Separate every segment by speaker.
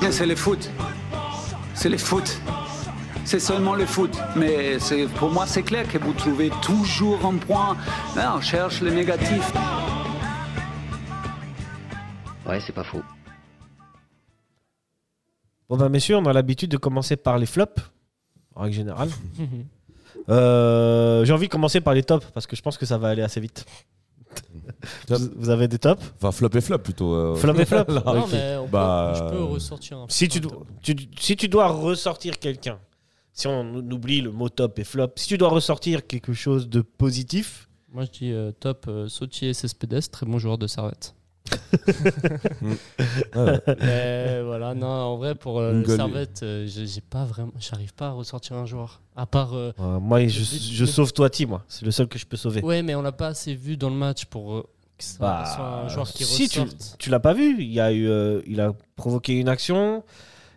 Speaker 1: Bien, c'est le foot. C'est le foot. C'est seulement le foot. Mais c'est- pour moi, c'est clair que vous trouvez toujours un point. Là, on cherche le négatif.
Speaker 2: Ouais, c'est pas faux.
Speaker 3: Bon ben messieurs, on a l'habitude de commencer par les flops, en règle générale. Euh, J'ai envie de commencer par les tops, parce que je pense que ça va aller assez vite. vous, vous avez des tops
Speaker 4: Enfin, flop et flop plutôt. euh.
Speaker 3: Flop et flop
Speaker 4: Là,
Speaker 5: Non,
Speaker 4: ok.
Speaker 5: mais on peut-
Speaker 4: Bah,
Speaker 5: je peux
Speaker 4: euh,
Speaker 5: ressortir un
Speaker 3: si
Speaker 5: peu
Speaker 3: tu,
Speaker 5: un
Speaker 3: dois-
Speaker 5: top.
Speaker 3: tu- si tu dois ressortir quelqu'un, si on oublie le mot top et flop, si tu dois ressortir quelque chose de positif,
Speaker 5: Moi, je dis euh, top euh, Sautier Cespedes, très bon joueur de servette.
Speaker 4: Ouais.
Speaker 5: Mais voilà, non, en vrai, pour euh,
Speaker 4: Une gueule.
Speaker 5: servette, euh, j'ai j'ai pas vraiment, j'arrive pas à ressortir un joueur. À part. euh,
Speaker 3: euh, moi je,
Speaker 5: Le-
Speaker 3: je
Speaker 5: le-
Speaker 3: sauve Toiti, moi. C'est le seul que je peux sauver.
Speaker 5: ouais, mais on l'a pas assez vu dans le match pour euh, que ça
Speaker 3: Bah,
Speaker 5: soit un joueur qui
Speaker 3: si, tu-
Speaker 5: ressorte.
Speaker 3: Tu l'as pas vu Il a eu, euh, il a provoqué une action.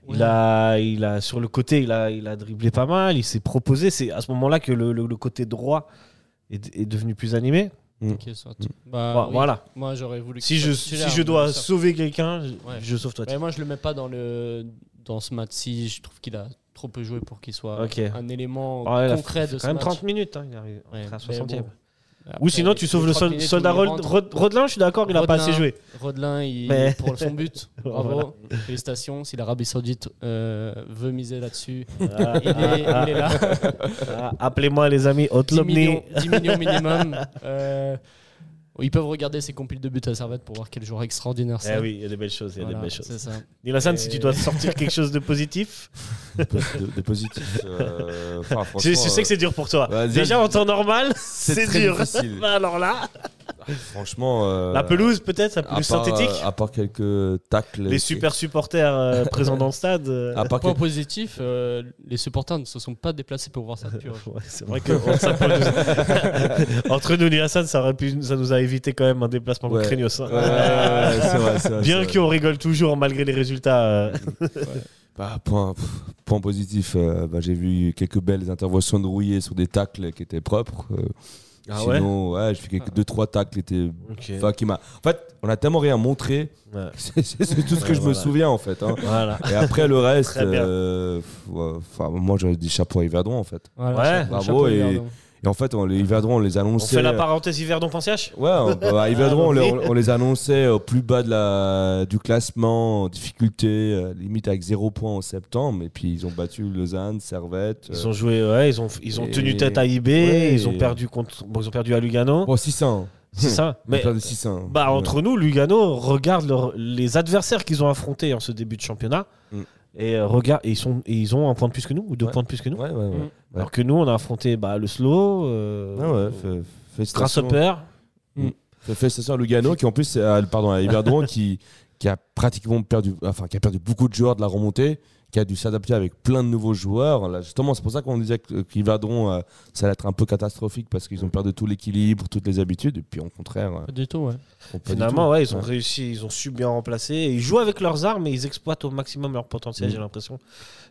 Speaker 3: Il
Speaker 5: Ouais.
Speaker 3: a, il a sur le côté, il a, il a dribblé pas mal. Il s'est proposé. C'est à ce moment-là que le, le- le côté droit est, est devenu plus animé.
Speaker 5: Qu'il sorte.
Speaker 3: Voilà,
Speaker 5: Bah, oui.
Speaker 3: Mm. Voilà.
Speaker 5: Moi, j'aurais voulu.
Speaker 3: Si
Speaker 5: qu'il soit
Speaker 3: je,
Speaker 5: titulaire,
Speaker 3: si je
Speaker 5: mais
Speaker 3: dois
Speaker 5: il sort.
Speaker 3: sauver quelqu'un, je-
Speaker 5: Ouais.
Speaker 3: je sauve toi.
Speaker 5: Mais moi, je le mets pas dans le dans ce match-ci. Je trouve qu'il a trop peu joué pour qu'il soit
Speaker 3: Ok.
Speaker 5: un élément
Speaker 3: Ah ouais, là,
Speaker 5: concret de ce
Speaker 3: quand même
Speaker 5: match.
Speaker 3: 30 minutes. hein, il arrive
Speaker 5: Ouais,
Speaker 3: à
Speaker 5: mais
Speaker 3: 60
Speaker 5: bon.
Speaker 3: Ou
Speaker 5: Après,
Speaker 3: sinon, tu
Speaker 5: les
Speaker 3: sauves le
Speaker 5: 30
Speaker 3: sol-
Speaker 5: minutes où
Speaker 3: soldat
Speaker 5: il
Speaker 3: Rod-
Speaker 5: rentre,
Speaker 3: Rod- Rodelin. Je suis d'accord, il a pas assez
Speaker 5: Rodelin.
Speaker 3: joué.
Speaker 5: Rodelin, il,
Speaker 3: Mais-
Speaker 5: pour son but. Bravo.
Speaker 3: Voilà.
Speaker 5: Félicitations. Si l'Arabie Saoudite euh, veut miser là-dessus,
Speaker 3: Ah,
Speaker 5: il, est,
Speaker 3: ah,
Speaker 5: il est là.
Speaker 3: ah, Appelez-moi, les amis.
Speaker 5: 10
Speaker 3: Otlobni.
Speaker 5: millions, 10 millions minimum. Euh, ils peuvent regarder ses compiles de buts à Servette pour voir quel joueur extraordinaire c'est.
Speaker 3: Eh oui, il y a des belles choses. Il y a
Speaker 5: Voilà,
Speaker 3: des belles choses.
Speaker 5: c'est ça.
Speaker 3: Nilassan,
Speaker 5: Et-
Speaker 3: si tu dois sortir quelque chose de positif.
Speaker 4: de, de- de positif. euh, enfin,
Speaker 3: Je, je
Speaker 4: franchement,
Speaker 3: sais que c'est dur pour toi.
Speaker 5: euh,
Speaker 4: bah, déjà-
Speaker 3: Déjà en temps normal,
Speaker 4: C'est
Speaker 3: c'est
Speaker 4: très
Speaker 3: dur.
Speaker 4: difficile.
Speaker 3: Bah, alors là,
Speaker 4: euh, franchement. euh,
Speaker 3: la pelouse peut-être, la
Speaker 4: à part,
Speaker 3: pelouse synthétique,
Speaker 4: euh, à part quelques tacles.
Speaker 3: les super supporters euh, présents dans le stade. euh,
Speaker 4: À part
Speaker 5: Point
Speaker 4: quelques-
Speaker 5: positif, euh, les supporters ne se sont pas déplacés pour voir ça depuis.
Speaker 3: ouais, c'est vrai que on s'impose. entre nous, Nilassan, ça aurait pu, ça nous a évité quand même un déplacement
Speaker 4: Ouais.
Speaker 3: de craignos. hein.
Speaker 4: Ouais, ouais, ouais, c'est vrai, c'est vrai,
Speaker 3: Bien
Speaker 4: c'est vrai.
Speaker 3: qu'on rigole toujours malgré les résultats. euh,
Speaker 4: Bah, point, pff, point positif, euh, bah, j'ai vu quelques belles interventions de Rouillet sur des tacles qui étaient propres. euh,
Speaker 3: Ah
Speaker 4: sinon, ouais, j'ai fait quelques deux trois tacles qui étaient. enfin, qui m'a. En fait, on a tellement rien montré.
Speaker 3: Ouais.
Speaker 4: C'est c'est- c'est tout ce que
Speaker 3: Ouais,
Speaker 4: je me
Speaker 3: voilà.
Speaker 4: souviens en fait. hein.
Speaker 3: Voilà.
Speaker 4: Et après le reste,
Speaker 3: Très bien.
Speaker 4: euh, pff, ouais, enfin, moi j'aurais dit chapeau à Yverdon en fait.
Speaker 3: Ouais,
Speaker 5: chapeau,
Speaker 4: bravo,
Speaker 5: chapeau,
Speaker 4: et-
Speaker 5: Leonardo.
Speaker 4: Et en fait, on, les Yverdon, on les
Speaker 3: On
Speaker 4: annonçait.
Speaker 3: fait la parenthèse hiverdon Panciache
Speaker 4: Ouais, on- bah, à Yverdon,
Speaker 3: Ah,
Speaker 4: on, les-
Speaker 3: oui.
Speaker 4: on les annonçait au plus bas de la, du classement, en difficulté, euh, limite avec 0 points en septembre. Et puis ils ont battu Lausanne, Servette.
Speaker 3: Ils ont joué, ouais, ils ont, ils ont
Speaker 4: Et-
Speaker 3: tenu tête à IB,
Speaker 4: Euh. Ouais.
Speaker 3: ils ont perdu contre, bon, ils ont perdu à Lugano.
Speaker 4: Oh, 600.
Speaker 3: C'est ça.
Speaker 4: Mais
Speaker 3: Mais
Speaker 4: de 600.
Speaker 3: Bah,
Speaker 4: Ouais.
Speaker 3: entre nous, Lugano regarde leur- les adversaires qu'ils ont affrontés en ce début de championnat
Speaker 4: Mm.
Speaker 3: et, euh, regarde, et ils, sont, et ils ont un point de plus que nous ou deux
Speaker 4: Ouais.
Speaker 3: points de plus que nous.
Speaker 4: Ouais, ouais, ouais.
Speaker 5: Mm.
Speaker 3: Alors que nous, on a affronté bah, le Slow, euh,
Speaker 4: Ah ouais, fé- félicitations.
Speaker 3: Grasshopper.
Speaker 4: Fé- Félicitations à Lugano, qui en plus, c'est à- pardon, à Yverdon, qui, qui a pratiquement perdu, enfin, qui a perdu beaucoup de joueurs de la remontée, qui a dû s'adapter avec plein de nouveaux joueurs. Là, justement, c'est pour ça qu'on disait que- qu'Yverdon, euh, ça allait être un peu catastrophique parce qu'ils ont perdu tout l'équilibre, toutes les habitudes. Et puis, au contraire, euh,
Speaker 5: Pas du tout, ouais.
Speaker 4: pas du
Speaker 3: Finalement,
Speaker 4: tout.
Speaker 3: ouais, ils ont réussi, ils ont su bien remplacer. et ils jouent avec leurs armes et ils exploitent au maximum leur potentiel,
Speaker 4: Mm.
Speaker 3: j'ai l'impression.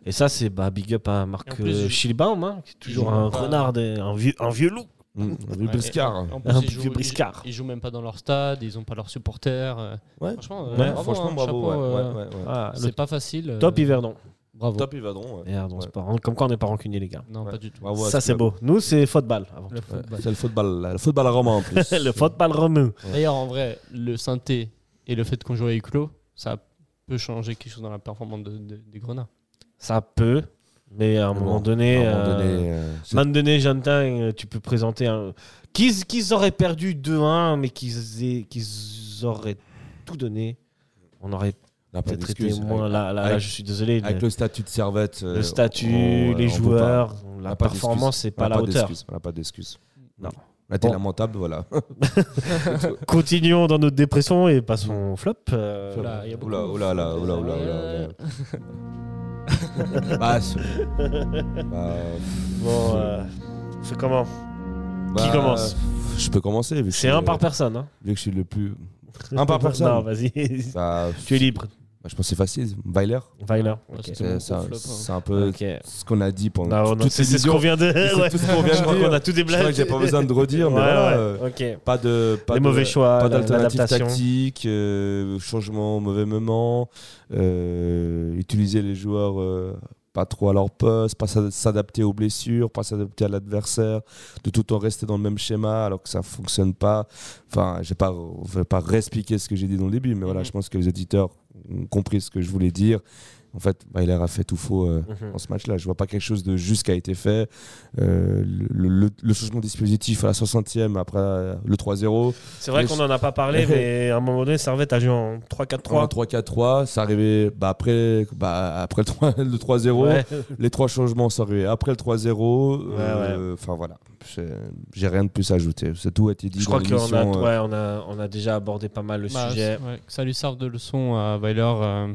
Speaker 3: Et ça, c'est bah, big up à
Speaker 5: Et en
Speaker 3: Marc
Speaker 5: plus,
Speaker 3: euh,
Speaker 5: ils-
Speaker 3: Schilbaum, hein, qui est toujours
Speaker 5: jouent
Speaker 3: un
Speaker 5: pas-
Speaker 3: renard, des- un, vieux, un vieux loup.
Speaker 4: Mm. On a vu
Speaker 5: Ouais,
Speaker 4: Briscard.
Speaker 5: et en plus,
Speaker 3: Un
Speaker 5: ils
Speaker 3: vieux
Speaker 5: jouent-
Speaker 3: briscard.
Speaker 5: Ils, ils jouent même pas dans leur stade, ils ont pas leurs supporters. euh,
Speaker 4: Ouais.
Speaker 5: Franchement, euh,
Speaker 3: Ouais,
Speaker 5: bravo,
Speaker 4: Franchement,
Speaker 5: hein,
Speaker 4: bravo.
Speaker 5: chapeau,
Speaker 4: ouais,
Speaker 5: euh,
Speaker 4: ouais, ouais, ouais.
Speaker 3: Ah, le
Speaker 5: C'est pas facile. euh,
Speaker 3: top Yverdon.
Speaker 5: Bravo.
Speaker 4: Top Yverdon. ouais.
Speaker 3: Merde, on se
Speaker 4: Ouais. Ah
Speaker 3: parle- Comme quoi, on n'est pas rancunier, les gars.
Speaker 5: Non,
Speaker 4: Ouais.
Speaker 5: pas du tout.
Speaker 4: Bravo à
Speaker 3: ça,
Speaker 4: ce
Speaker 3: c'est
Speaker 4: club.
Speaker 3: beau. Nous, c'est football avant
Speaker 5: Le
Speaker 4: Ouais,
Speaker 5: football.
Speaker 4: C'est le football, là, le football à Romain en plus.
Speaker 3: tout. le football romain.
Speaker 5: D'ailleurs, en vrai, le synthé et le fait qu'on joue à huis clos, ça peut changer quelque chose dans la performance de- de- des Grenats.
Speaker 3: Ça peut, mais à un
Speaker 4: Mais
Speaker 3: moment
Speaker 4: bon,
Speaker 3: donné,
Speaker 4: À un moment
Speaker 3: euh,
Speaker 4: donné, euh,
Speaker 3: à un moment donné, Jantin, euh, tu peux présenter un. Qu'ils qu'ils auraient perdu 2-1, mais qu'ils aient- qu'ils auraient tout donné. On aurait
Speaker 4: on n'a pas
Speaker 3: peut-être été
Speaker 4: d'excuse.
Speaker 3: moins. Là, là, là,
Speaker 4: avec-
Speaker 3: je suis désolé.
Speaker 4: Avec
Speaker 3: le,
Speaker 4: le statut de servette. euh,
Speaker 3: le statut,
Speaker 4: on- on
Speaker 3: les
Speaker 4: peut
Speaker 3: joueurs,
Speaker 4: pas. On
Speaker 3: la
Speaker 4: n'a pas
Speaker 3: performance,
Speaker 4: d'excuses.
Speaker 3: c'est
Speaker 4: On
Speaker 3: pas
Speaker 4: n'a
Speaker 3: la hauteur.
Speaker 4: d'excuses. On n'a pas d'excuses.
Speaker 3: Non.
Speaker 4: On a été
Speaker 3: Bon.
Speaker 4: lamentable, voilà.
Speaker 3: Continuons dans notre dépression et
Speaker 4: Mmh.
Speaker 3: passons au flop. euh,
Speaker 5: Flop. Oula, il y a beaucoup
Speaker 4: Oula,
Speaker 5: de- euh,
Speaker 4: oula, oula, oula, oula, oula, oula. Bah, c'est- bah,
Speaker 3: Bon, euh, on fait comment
Speaker 4: bah,
Speaker 3: commence
Speaker 4: Je peux commencer. vu que je
Speaker 3: C'est
Speaker 4: suis
Speaker 3: un
Speaker 4: le-
Speaker 3: par personne. hein.
Speaker 4: Vu que je suis le plus. Un par personne
Speaker 3: Non, vas-y.
Speaker 4: Bah,
Speaker 3: tu es libre.
Speaker 4: Bah, je pense que c'est facile. Weiler,
Speaker 3: Weiler.
Speaker 5: Ouais,
Speaker 3: ok.
Speaker 5: c'est-
Speaker 4: c'est
Speaker 5: mon
Speaker 4: c'est un,
Speaker 5: gros flop, hein.
Speaker 4: c'est un peu
Speaker 3: Ok.
Speaker 4: ce qu'on a dit pendant
Speaker 3: Non, non,
Speaker 4: toute
Speaker 3: Bah, c'est c'est ce
Speaker 4: l'émission.
Speaker 3: qu'on vient de.
Speaker 4: C'est
Speaker 3: ouais.
Speaker 4: tout ce qu'on vient de
Speaker 3: Je crois
Speaker 4: dire.
Speaker 3: qu'on a tout
Speaker 4: Je crois
Speaker 3: déblayé.
Speaker 4: que j'ai pas besoin de redire,
Speaker 3: Ouais,
Speaker 4: mais voilà, euh,
Speaker 3: ouais, ok.
Speaker 4: pas de pas
Speaker 3: Les
Speaker 4: de-
Speaker 3: mauvais choix, euh,
Speaker 4: pas
Speaker 3: la-
Speaker 4: d'alternative
Speaker 3: l'adaptation.
Speaker 4: tactique, euh, changement au mauvais moment, euh, utiliser les joueurs euh, pas trop à leur poste, pas s'ad- s'adapter aux blessures, pas s'adapter à l'adversaire, de tout en rester dans le même schéma alors que ça fonctionne pas. Enfin, j'ai pas, je vais pas réexpliquer ce que j'ai dit dans le début, mais voilà,
Speaker 5: Mhm.
Speaker 4: je pense que les auditeurs ont compris ce que je voulais dire. En fait, Weiler a fait tout faux. euh,
Speaker 3: Mhm.
Speaker 4: dans ce match-là. Je vois pas quelque chose de juste qui a été fait. Euh, le, le- le changement de dispositif à la 60e après euh, le 3-0,
Speaker 3: C'est vrai
Speaker 4: Les-
Speaker 3: qu'on en a pas parlé, mais à un moment donné, Servette a joué en 3-4-3.
Speaker 4: 3-3-4-3, ça arrivait bah, après, bah, après le 3 le 3-0.
Speaker 3: Ouais.
Speaker 4: Les trois changements sont arrivés après le 3-0.
Speaker 3: Ouais,
Speaker 4: euh, Enfin voilà, C'est- j'ai rien de plus à ajouter. C'est tout a été dit.
Speaker 3: Je
Speaker 4: dans
Speaker 3: crois qu'on a,
Speaker 4: l'émission, euh,
Speaker 3: ouais, on a, on a déjà abordé pas mal le
Speaker 5: Bah,
Speaker 3: sujet.
Speaker 5: c'est- ouais, que ça lui serve de leçon à Weiler euh,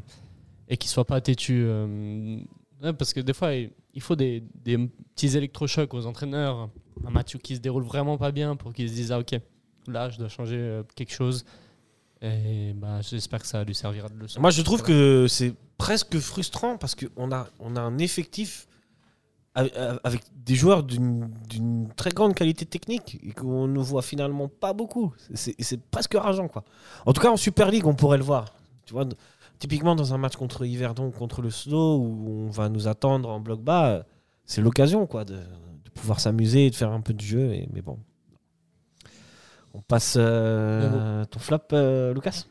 Speaker 5: et qu'il soit pas têtu. euh, ouais, parce que des fois, il il faut des, des petits électrochocs aux entraîneurs. Un match qui se déroule vraiment pas bien pour qu'ils se disent Ah, ok, là, je dois changer euh, quelque chose. Et bah, j'espère que ça lui servira de leçon.
Speaker 3: Moi, je trouve que c'est presque frustrant parce qu'on a, on a un effectif a- a- avec des joueurs d'une d'une très grande qualité technique et qu'on ne voit finalement pas beaucoup. C'est c'est presque rageant, quoi. En tout cas, en Super League, on pourrait le voir. Tu vois, d- typiquement dans un match contre Yverdon, contre le Snow, où on va nous attendre en bloc bas, euh, c'est l'occasion, quoi, de, de pouvoir s'amuser et de faire un peu de jeu. et- mais bon. On passe euh, ton flop, euh, Lucas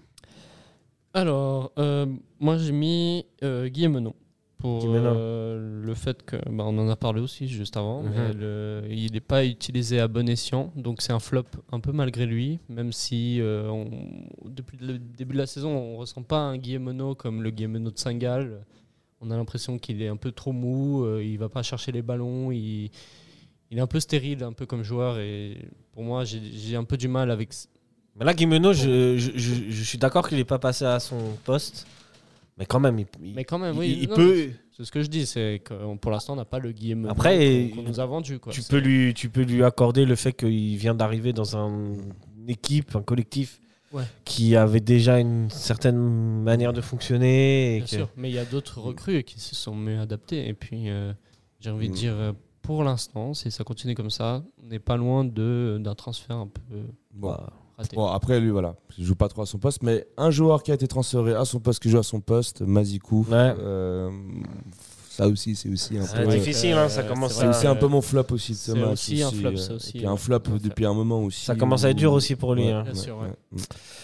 Speaker 5: Alors, euh, moi j'ai mis euh, Guillaume Menon pour
Speaker 3: Guillemenon.
Speaker 5: euh, le fait que, bah, on en a parlé aussi juste avant,
Speaker 3: Mhm.
Speaker 5: mais le- il n'est pas utilisé à bon escient, donc c'est un flop un peu malgré lui, même si euh, on- depuis le début de la saison on ressent pas un Guillaume Menon comme le Guillaume Menon de Saint-Gall. On a l'impression qu'il est un peu trop mou, euh, il va pas chercher les ballons, il, il est un peu stérile, un peu comme joueur, et pour moi j'ai j'ai un peu du mal avec
Speaker 3: Mais là, Guimeno, je, je, je, je suis d'accord qu'il n'est pas passé à son poste. Mais quand même, il, il-
Speaker 5: Mais quand même,
Speaker 3: il-
Speaker 5: oui.
Speaker 3: il
Speaker 5: non,
Speaker 3: peut,
Speaker 5: C'est ce que je dis, c'est que on- pour l'instant, on n'a pas le Guillaume
Speaker 3: Après,
Speaker 5: Meunier qu'on
Speaker 3: il-
Speaker 5: qu'on nous a vendu. Quoi.
Speaker 3: tu,
Speaker 5: C'est-
Speaker 3: peux lui, tu peux lui accorder le fait qu'il vient d'arriver dans un, une équipe, un collectif
Speaker 5: Ouais.
Speaker 3: qui avait déjà une certaine manière de fonctionner. Et
Speaker 5: Bien
Speaker 3: que-
Speaker 5: sûr, mais il y a d'autres recrues qui se sont mieux adaptées. Et puis, euh, j'ai envie de
Speaker 4: Mm.
Speaker 5: dire, euh, pour l'instant, si ça continue comme ça, on n'est pas loin de- d'un transfert un peu
Speaker 4: bon.
Speaker 3: Bah,
Speaker 5: raté.
Speaker 4: Bon, après lui, voilà, il joue pas trop à son poste, mais un joueur qui a été transféré à son poste, qui joue à son poste, Mazikou,
Speaker 3: Ouais.
Speaker 4: euh, ça aussi, c'est aussi un
Speaker 3: c'est
Speaker 4: peu.
Speaker 3: difficile, hein,
Speaker 5: Euh,
Speaker 3: ça commence
Speaker 4: C'est
Speaker 3: à-
Speaker 4: aussi un peu mon flop aussi de ce
Speaker 5: C'est
Speaker 4: match.
Speaker 5: aussi un flop, ça
Speaker 4: euh,
Speaker 5: aussi,
Speaker 4: qui est un
Speaker 5: ouais.
Speaker 4: flop
Speaker 5: Ouais.
Speaker 4: depuis un moment aussi.
Speaker 3: hein.
Speaker 4: euh,
Speaker 3: Ça commence à être dur aussi pour lui.
Speaker 4: Ouais,
Speaker 3: hein.
Speaker 5: Bien sûr, ouais.
Speaker 4: ouais.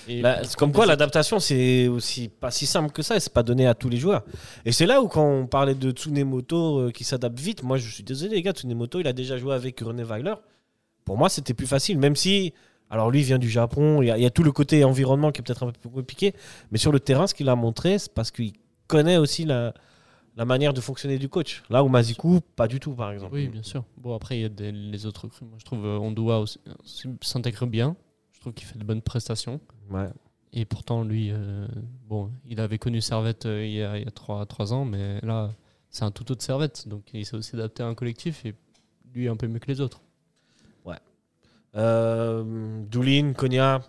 Speaker 5: Et
Speaker 3: Là, Bah,
Speaker 5: puis,
Speaker 3: c'est comme
Speaker 5: prendre
Speaker 3: quoi,
Speaker 5: des-
Speaker 3: l'adaptation, c'est aussi pas si simple que ça, et c'est pas donné à tous les joueurs. Et c'est là où, quand on parlait de Tsunemoto euh, qui s'adapte vite, moi je suis désolé, les gars, Tsunemoto, il a déjà joué avec René Weiler. Pour moi, c'était plus facile, même si. Alors lui il vient du Japon, il y, a- il y a tout le côté environnement qui est peut-être un peu plus compliqué, mais sur le terrain, ce qu'il a montré, c'est parce qu'il connaît aussi la, la manière de fonctionner du coach. Là où Mazikou, pas du tout, par exemple.
Speaker 5: Oui, bien sûr. Bon, après, il y a des- les autres recrues. Moi, je trouve euh, Ondua aussi- euh, s'intègre bien. Je trouve qu'il fait de bonnes prestations.
Speaker 3: Ouais.
Speaker 5: Et pourtant, lui, euh, bon, il avait connu Servette euh, il y a, il y a trois, trois ans, mais là, c'est un tout autre Servette. Donc, il s'est aussi adapté à un collectif et lui, un peu mieux que les autres.
Speaker 3: Euh, Doulin, Konya.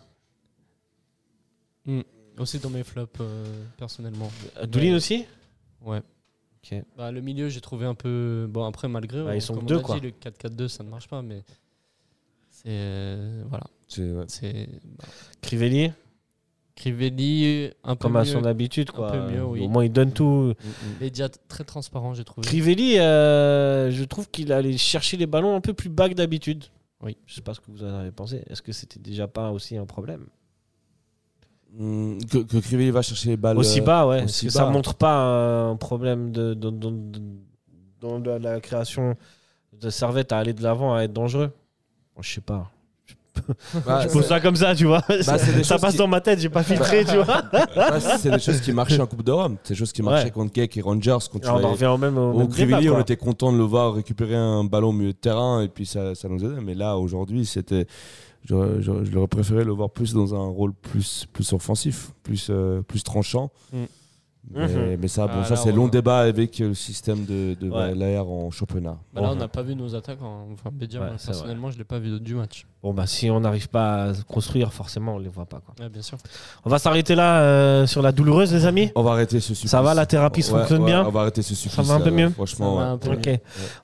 Speaker 5: Aussi dans mes flops, euh, personnellement.
Speaker 3: Euh, Doulin aussi
Speaker 5: Ouais.
Speaker 3: Ok.
Speaker 5: Bah, le milieu, j'ai trouvé un peu. Bon, après, malgré.
Speaker 3: Bah,
Speaker 5: euh,
Speaker 3: ils sont
Speaker 5: comme
Speaker 3: deux,
Speaker 5: on a
Speaker 3: quoi.
Speaker 5: dit, le 4-4-2, ça ne marche pas, mais. C'est. euh, voilà.
Speaker 4: C'est- ouais.
Speaker 5: C'est. bah,
Speaker 3: Crivelli
Speaker 5: Crivelli, un peu
Speaker 3: Comme à
Speaker 5: mieux.
Speaker 3: son habitude, quoi.
Speaker 5: peu mieux, oui.
Speaker 3: Au moins, il donne tout.
Speaker 5: Mais déjà très transparent, j'ai trouvé.
Speaker 3: Crivelli, euh, je trouve qu'il allait chercher les ballons un peu plus bas que d'habitude.
Speaker 5: Oui.
Speaker 3: Je sais pas ce que vous en avez pensé. Est-ce que c'était déjà pas aussi un problème
Speaker 4: Mm, Que, que Crivelli va chercher les balles.
Speaker 3: Aussi
Speaker 4: euh,
Speaker 3: bas, ouais.
Speaker 4: aussi
Speaker 3: Est-ce que
Speaker 4: bas.
Speaker 3: ça montre pas un problème de, dans- dans- dans- dans la création de Servette à aller de l'avant, à être dangereux Bon, Je sais pas.
Speaker 4: bah,
Speaker 3: Je pose ça comme ça, tu vois.
Speaker 4: Bah, c'est des
Speaker 3: ça
Speaker 4: choses
Speaker 3: passe
Speaker 4: qui-
Speaker 3: dans ma tête, j'ai pas filtré, tu vois.
Speaker 4: bah, c'est des choses qui marchaient en Coupe de Rome. C'est des choses qui marchaient
Speaker 3: Ouais.
Speaker 4: contre Keck et Rangers. Quand tu
Speaker 3: on en
Speaker 4: voyais-
Speaker 3: revient au même au
Speaker 4: Au
Speaker 3: même débat,
Speaker 4: Crivelli,
Speaker 3: quoi.
Speaker 4: on était content de le voir récupérer un ballon au milieu de terrain et puis ça, ça nous aidait. Mais là, aujourd'hui, c'était. j'aurais- j'aurais- Je l'aurais préféré le voir plus dans un rôle plus, plus offensif, plus, euh, plus tranchant.
Speaker 5: Mm.
Speaker 4: Mais,
Speaker 3: Mhm.
Speaker 4: mais ça, bon,
Speaker 5: Ah,
Speaker 4: ça
Speaker 5: là,
Speaker 4: c'est
Speaker 5: on-
Speaker 4: long débat avec euh, le système de, de
Speaker 3: Ouais.
Speaker 4: l'AR en championnat.
Speaker 5: Bah là, on
Speaker 4: Bon.
Speaker 5: n'a pas vu nos attaques. hein. Enfin, Bédia,
Speaker 3: Ouais,
Speaker 5: moi,
Speaker 3: c'est vrai.
Speaker 5: personnellement, je l'ai pas vu du match.
Speaker 3: Bon, bah, si on n'arrive pas à construire, forcément, on les voit pas. Quoi.
Speaker 5: Ouais, bien sûr.
Speaker 3: On va s'arrêter là euh, sur la douloureuse, les amis.
Speaker 4: On va arrêter ce supplice.
Speaker 3: va, la thérapie se
Speaker 4: Ouais,
Speaker 3: fonctionne
Speaker 4: ouais,
Speaker 3: bien
Speaker 4: On va arrêter ce supplice.
Speaker 3: va un peu
Speaker 4: là,
Speaker 3: mieux
Speaker 4: Franchement,
Speaker 5: Ça va
Speaker 4: ouais.
Speaker 5: un peu
Speaker 4: Ouais.
Speaker 5: mieux.
Speaker 3: Ok.